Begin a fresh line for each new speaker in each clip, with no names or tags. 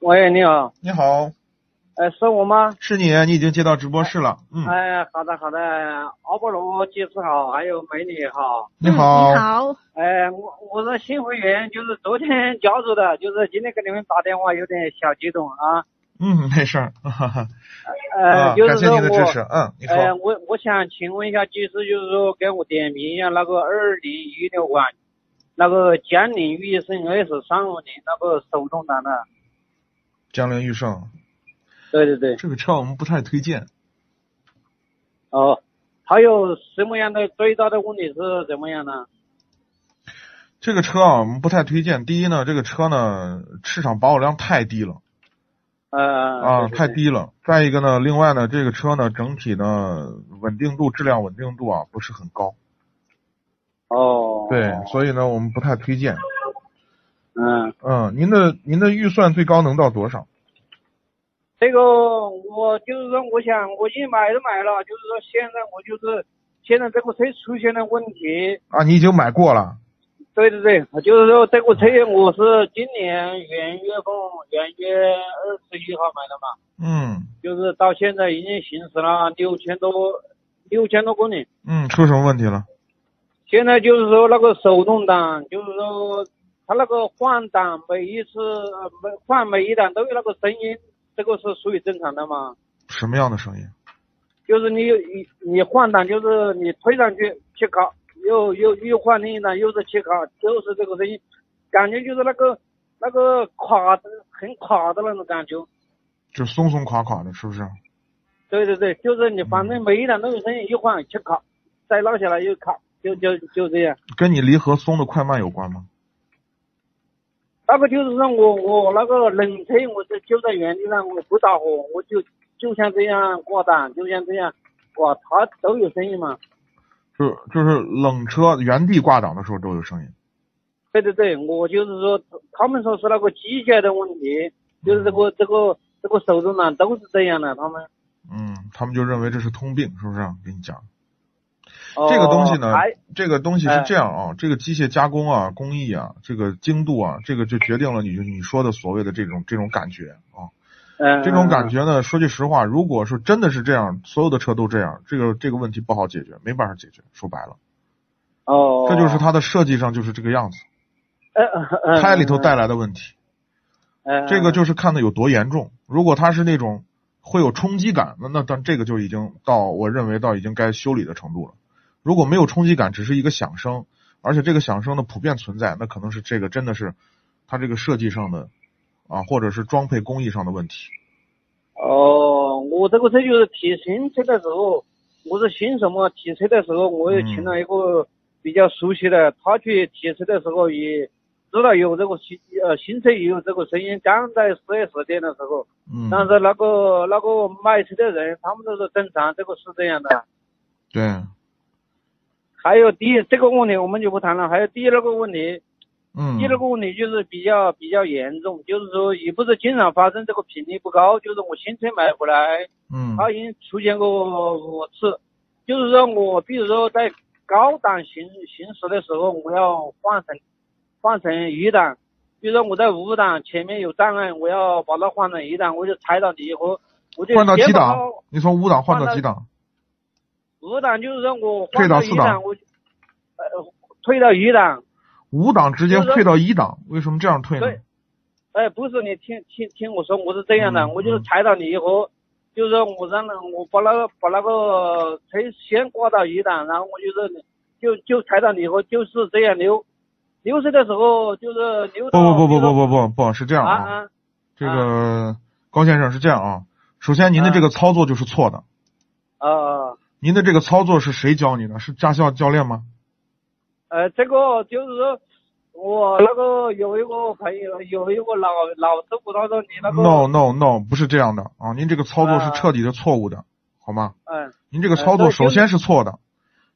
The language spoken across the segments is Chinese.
喂，你好，
你好，
呃，是我吗？
是你，你已经接到直播室了。嗯，
哎，好的好的，敖波罗技师好，还有美女好。
你
嗯
好，
你好，
哎，我我是新会员，就是昨天加入的， 就是今天给你们打电话有点小激动啊。
嗯，没事儿， 哈哈。
呃，
啊
就
感
是
谢
说
您的支持。
我，
嗯，你说，
呃，我我想请问一下技师，就是说给我点评一下那个二零一六款那个江铃驭胜 S 三五零那个手动挡的。
江铃驭胜
对对对，
这个车我们不太推荐。
哦，还有什么样的最大的问题是怎么样呢？
这个车啊，我们不太推荐。第一呢，这个车呢市场保有量太低了
呃，
啊，
对对对
太低了。再一个呢，另外呢，这个车呢整体呢稳定度、质量稳定度啊不是很高。
哦，
对，所以呢我们不太推荐。
嗯，
嗯，您的您的预算最高能到多少？
这个我就是说，我想我一买都买了，就是说现在我就是现在这个车出现了问题，
啊，你已经买过了。
对对对，我就是说这个车我是今年元月份元月二十一号买的嘛，
嗯
就是到现在已经行驶了六千多六千多公里，
嗯，出什么问题了？
现在就是说那个手动挡，就是说它那个换挡每一次呃每换每一档都有那个声音，这个是属于正常的嘛？
什么样的声音？
就是你你你换挡，就是你推上去去搞，又又又换另一档，又是去搞，就是这个声音，感觉就是那个那个垮的很垮的那种感觉。
就松松垮垮的，是不是？
对对对，就是你反正每一档都有声音，一换去卡，再拉下来又卡，就就就这样。
跟你离合松的快慢有关吗？
那个就是说我我那个冷车我是就在原地上，我不打火，我就就像这样挂档，就像这样，哇，它都有声音嘛。
就是就是冷车原地挂档的时候都有声音。
对对对，我就是说，他们说是那个机械的问题，就是这个这个这个手动挡都是这样的，他们、
嗯，他们就认为这是通病，是不是、跟你讲，
哦、
这个东西呢
还，
这个东西是
哎
这样啊，这个机械加工啊、工艺啊、这个精度啊，这个就决定了你就你说的所谓的这种这种感觉啊。
嗯、
这种感觉呢，说句实话，如果说真的是这样，所有的车都这样，这个这个问题不好解决，没办法解决。说白了，
哦，
这就是它的设计上就是这个样子，
呃呃呃
胎里头带来的问题。
呃
这个就是看的有多严重。如果它是那种会有冲击感，那那但这个就已经到我认为到已经该修理的程度了。如果没有冲击感，只是一个响声，而且这个响声呢普遍存在，那可能是这个真的是它这个设计上的啊，或者是装配工艺上的问题。
哦，我这个车就是提新车的时候，我是新手嘛，提车的时候我也请了一个比较熟悉的，他去提车的时候也知道有这个新呃新车也有这个声音。刚在四 S 店的时候，
嗯，
但是那个那个卖车的人他们都是正常，这个是这样的。
对，
还有第一这个问题我们就不谈了，还有第二个问题，
嗯
第，二个问题就是比较比较严重，就是说也不是经常发生，这个频率不高，就是我新车买回来。
嗯，
它已经出现过五次，就是说我比如说在高档行行驶的时候，我要换成换成一档，比如说我在五档前面有障碍，我要把它换成一档，我就踩到离合，我就
换到
先
几
把它
档？你从五档换到几档？
五档就是说我
退
换
到
一
四档
档，我就呃退到一档，
五档直接
就是说
退到一档，为什么这样退呢？
对哎，不是你听听听我说，我是这样的，
嗯
我就是踩到离合，就是说我让那我把那个把那个车先挂到一档，然后我就是就就踩到离合，就是这样溜，溜车的时候就是溜
不
到
不不不
不
不不不不是这样
啊啊
这个高先生是这样啊，首先您的这个操作就是错的。
啊
您的这个操作是谁教你的？是驾校教练吗？
呃，这个就是说我那个有一个朋友，有一个老老师傅，他说你那个
No No No，不是这样的啊！您这个操作是
啊
彻底的错误的，好吗？
嗯
您这个
呃
操作
对
首
就是
先是错的。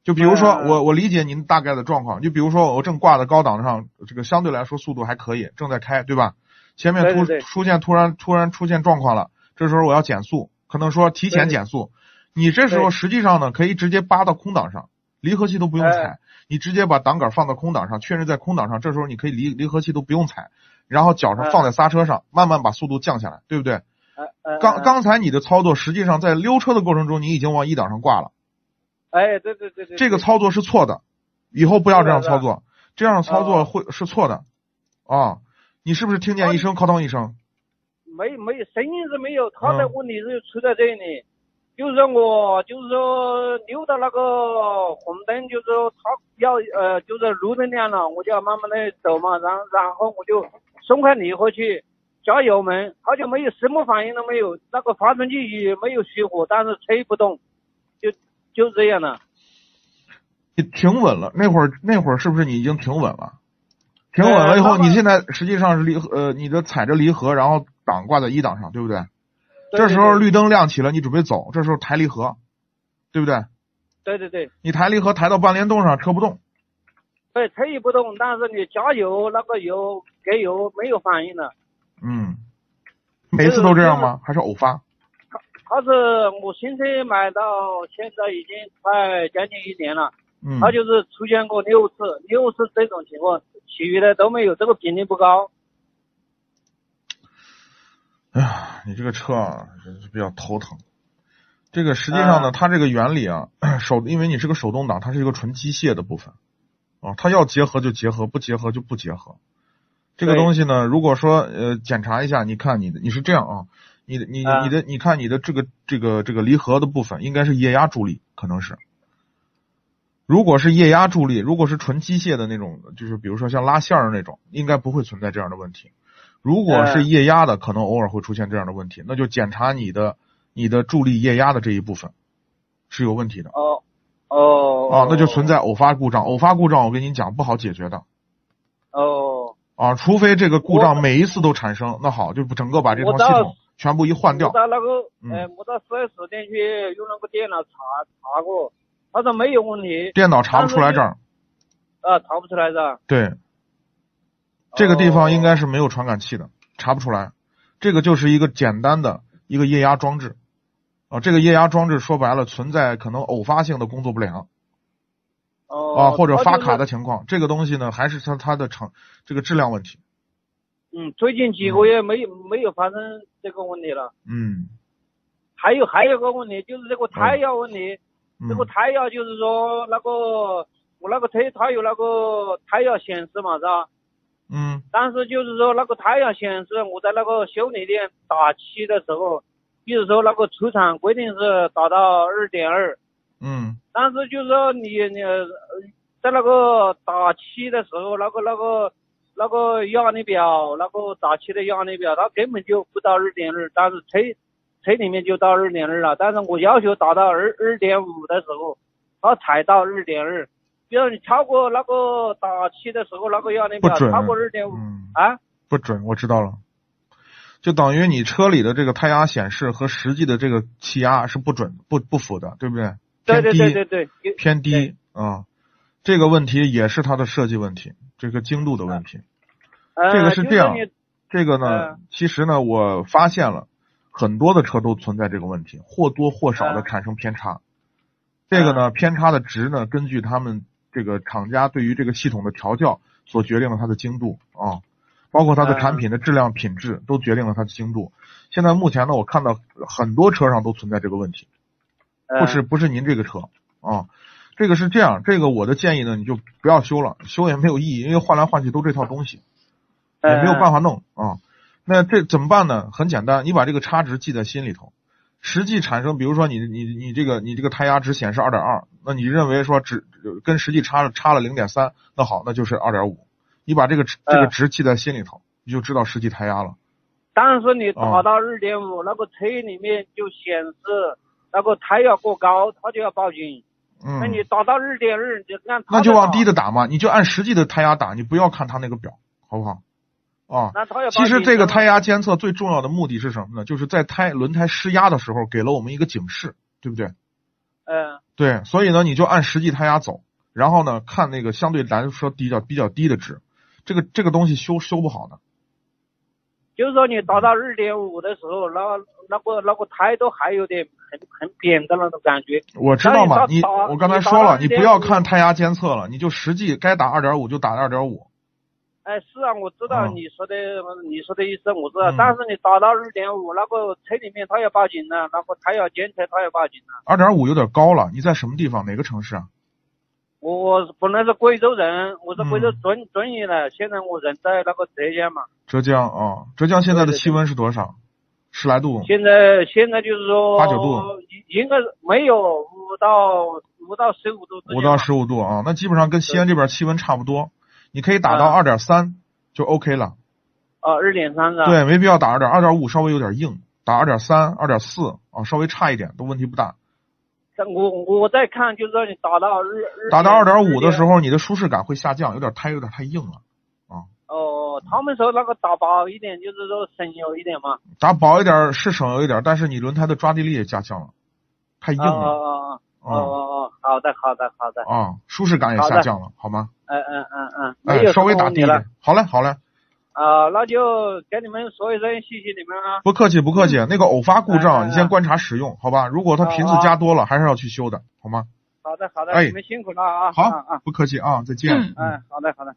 就比如说，
嗯
我我理解您大概的状况。就比如说，我正挂在高档上，这个相对来说速度还可以，正在开，对吧？前面
对
突
对对
出现突然突然出现状况了，这时候我要减速，可能说提前
对
减速。你这时候
对
实际上呢，可以直接扒到空档上，离合器都不用
哎
踩，你直接把档杆放到空档上，确认在空档上，这时候你可以离离合器都不用踩，然后脚上
哎
放在刹车上，慢慢把速度降下来，对不对？
嗯嗯，
刚刚才你的操作，实际上在溜车的过程中，你已经往一档上挂了。
哎，对对对对，
这个
对
操作是错的，以后不要这样操
是
作，这样操作
哦
会是错的啊！你是不是听
啊
见一声“哐当”一声？
没没声音是没有，他的
嗯
问题是出在这里，就是说我就是说溜到那个红灯，就是说他要呃就是绿灯亮了，我就要慢慢的走嘛，然然后我就松开离合器，加油门，他就没有什么反应都没有，那个发动机也没有熄火，但是吹不动，就就这样了。
你停稳了，那会儿那会儿是不是你已经停稳了？停稳了
呃
以后，
慢慢
你现在实际上是离合呃，你的踩着离合，然后档挂在一档上，对不对？
对
这时候，绿灯亮起了，你准备走，这时候抬离合，对不对？
对对对
你抬离合抬到半联动上，车不动，
对，推不动，但是你加油那个油给油没有反应了。
嗯，每次都这样吗？还是偶发？
他是我新车买到现在已经快将近一年了，
嗯，
他就是出现过六次，六次这种情况，其余的都没有，这个频率不高。
哎呀，你这个车啊，真是比较头疼。这个实际上呢，它这个原理啊，手因为你是个手动挡，它是一个纯机械的部分啊，它要结合就结合，不结合就不结合。这个
对
东西呢，如果说呃检查一下，你看你的你是这样啊，你的你
啊
你的你看你的这个这个这个离合的部分应该是液压助力，可能是。如果是液压助力，如果是纯机械的那种，就是比如说像拉线儿那种，应该不会存在这样的问题。如果是
嗯
液压的，可能偶尔会出现这样的问题，那就检查你的你的助力液压的这一部分是有问题的
哦哦
啊，那就存在偶发故障。偶发故障我跟你讲不好解决的
哦。
啊，除非这个故障
我
每一次都产生，那好，就不整个把这套
我
系
倒
统全部一换掉
我。到那个
嗯
呃，我到四 S 店去用那个电脑查查过，他说没有问题，
电脑查不出来这儿，
啊，查不出来的。
对，这个地方应该
哦
是没有传感器的，查不出来。这个就是一个简单的一个液压装置啊，这个液压装置说白了存在可能偶发性的工作不良。
哦
啊，或者
他
发
就是
卡的情况，这个东西呢，还是它它的成这个质量问题。
嗯，最近几个月没有没有发生这个问题了。
嗯
还有还有个问题就是这个胎压问题。
嗯
这个胎压就是说那个我那个车它有那个胎压显示嘛，是吧？
嗯
但是就是说那个胎压显示，我在那个修理店打漆的时候，比如说那个出厂规定是打到二点二，
嗯
但是就是说你你呃在那个打漆的时候，那个那个那个压力表，那个打漆的压力表，它根本就不到二点二，但是车车里面就到二点二了。但是我要求达到二二点五的时候，它才到二点二。比如你超过那个打漆的时候，那个压力表
不准
超过二点五
嗯，
啊，
不准，我知道了。就等于你车里的这个胎压显示和实际的这个气压是不准不不符的，对不对？
对
偏低
对对对对，有
偏低啊、这个问题也是它的设计问题，这个精度的问题。
呃
这个是
就
这样
你
这个
嗯
呢，其实呢，我发现了很多的车都存在这个问题，或多或少的
嗯
产生偏差。这个呢，偏差的值呢，根据他们这个厂家对于这个系统的调教所决定了它的精度啊，包括它的
嗯
产品的质量、品质都决定了它的精度。现在目前呢，我看到很多车上都存在这个问题，不是不是您这个车啊。这个是这样，这个我的建议呢，你就不要修了，修也没有意义，因为换来换去都这套东西。也没有办
法。
法弄啊。那这怎么办呢？很简单，你把这个差值记在心里头，实际产生，比如说你你你这个你这个胎压值显示二点二，那你认为说只跟实际差了差了零点三，那好，那就是二点五。你把这个值这个
嗯
值记在心里头，你就知道实际胎压了。
但是你
哦
打到二点五，那个车里面就显示那个胎压过高，它就要报警。
嗯
那你打到二点二，你按它
那就
的
往
打
低的打嘛，你就按实际的胎压打，你不要看它那个表，好不好？啊，
那它要
其实这个胎
胎
压监测最重要的目的是什么呢？就是在胎轮胎施压的时候给了我们一个警示，对不对？
嗯
对，所以呢，你就按实际胎压走，然后呢，看那个相对来说比较比较低的值，这个这个东西修修不好的。
就是说你达到二点五的时候，那那个那个胎都还有点很很扁的那种感觉。
我知道嘛，
那你
你
到达
我刚才
你达
说
到
了，你不要
2.5
看胎压监测了，你就实际该打二点五就打二点五。
哎，是啊，我知道
嗯
你说的，你说的意思我知道，
嗯
但是你达到二点五，那个车里面他要报警了，那个他要监测，他要报警了。
二点五有点高了，你在什么地方？哪个城市啊？
我我本来是贵州人，我是贵州
嗯
遵遵义的，现在我人在那个浙江嘛。
浙江啊、浙江现在的
对对对
气温是多少？十来度。
现在现在就是说
八九度，
应该是没有五到五到十五度之间吧。
五到十五度啊，那基本上跟西安这边气温差不多，你可以打
嗯
到二点三就 OK 了。
啊，二点三是吧？
对，没必要打二点二点五，稍微有点硬，打二点三、二点四啊，稍微差一点都问题不大。
但我我在看，就是说你打到日日
打到二点五的时
候，
候，你的舒适感会下降，有点太有点太硬了。
哦，他们说那个打薄一点，就是说省油一点嘛。
打薄一点是省油一点，但是你轮胎的抓地力也加强了，太硬
哦
了
哦哦哦
啊
哦哦，好的好的好的，
啊，舒适感也
好的
下降了，好吗？
嗯嗯嗯嗯，没
哎，
有
稍微
什么
打
问
低
题
一
了
点。好嘞，好嘞，
啊，那就给你们说一声，谢谢你们啊。
不客气，不客气。那个偶发故
哎哎
障，你
哎
先观察使用，好吧？如果它频次
好好
加多了，还是要去修的，好吗？
好的好
哎
的，你们辛苦了啊。
好
啊啊，
不客气啊，再见。
哎嗯，好的好的。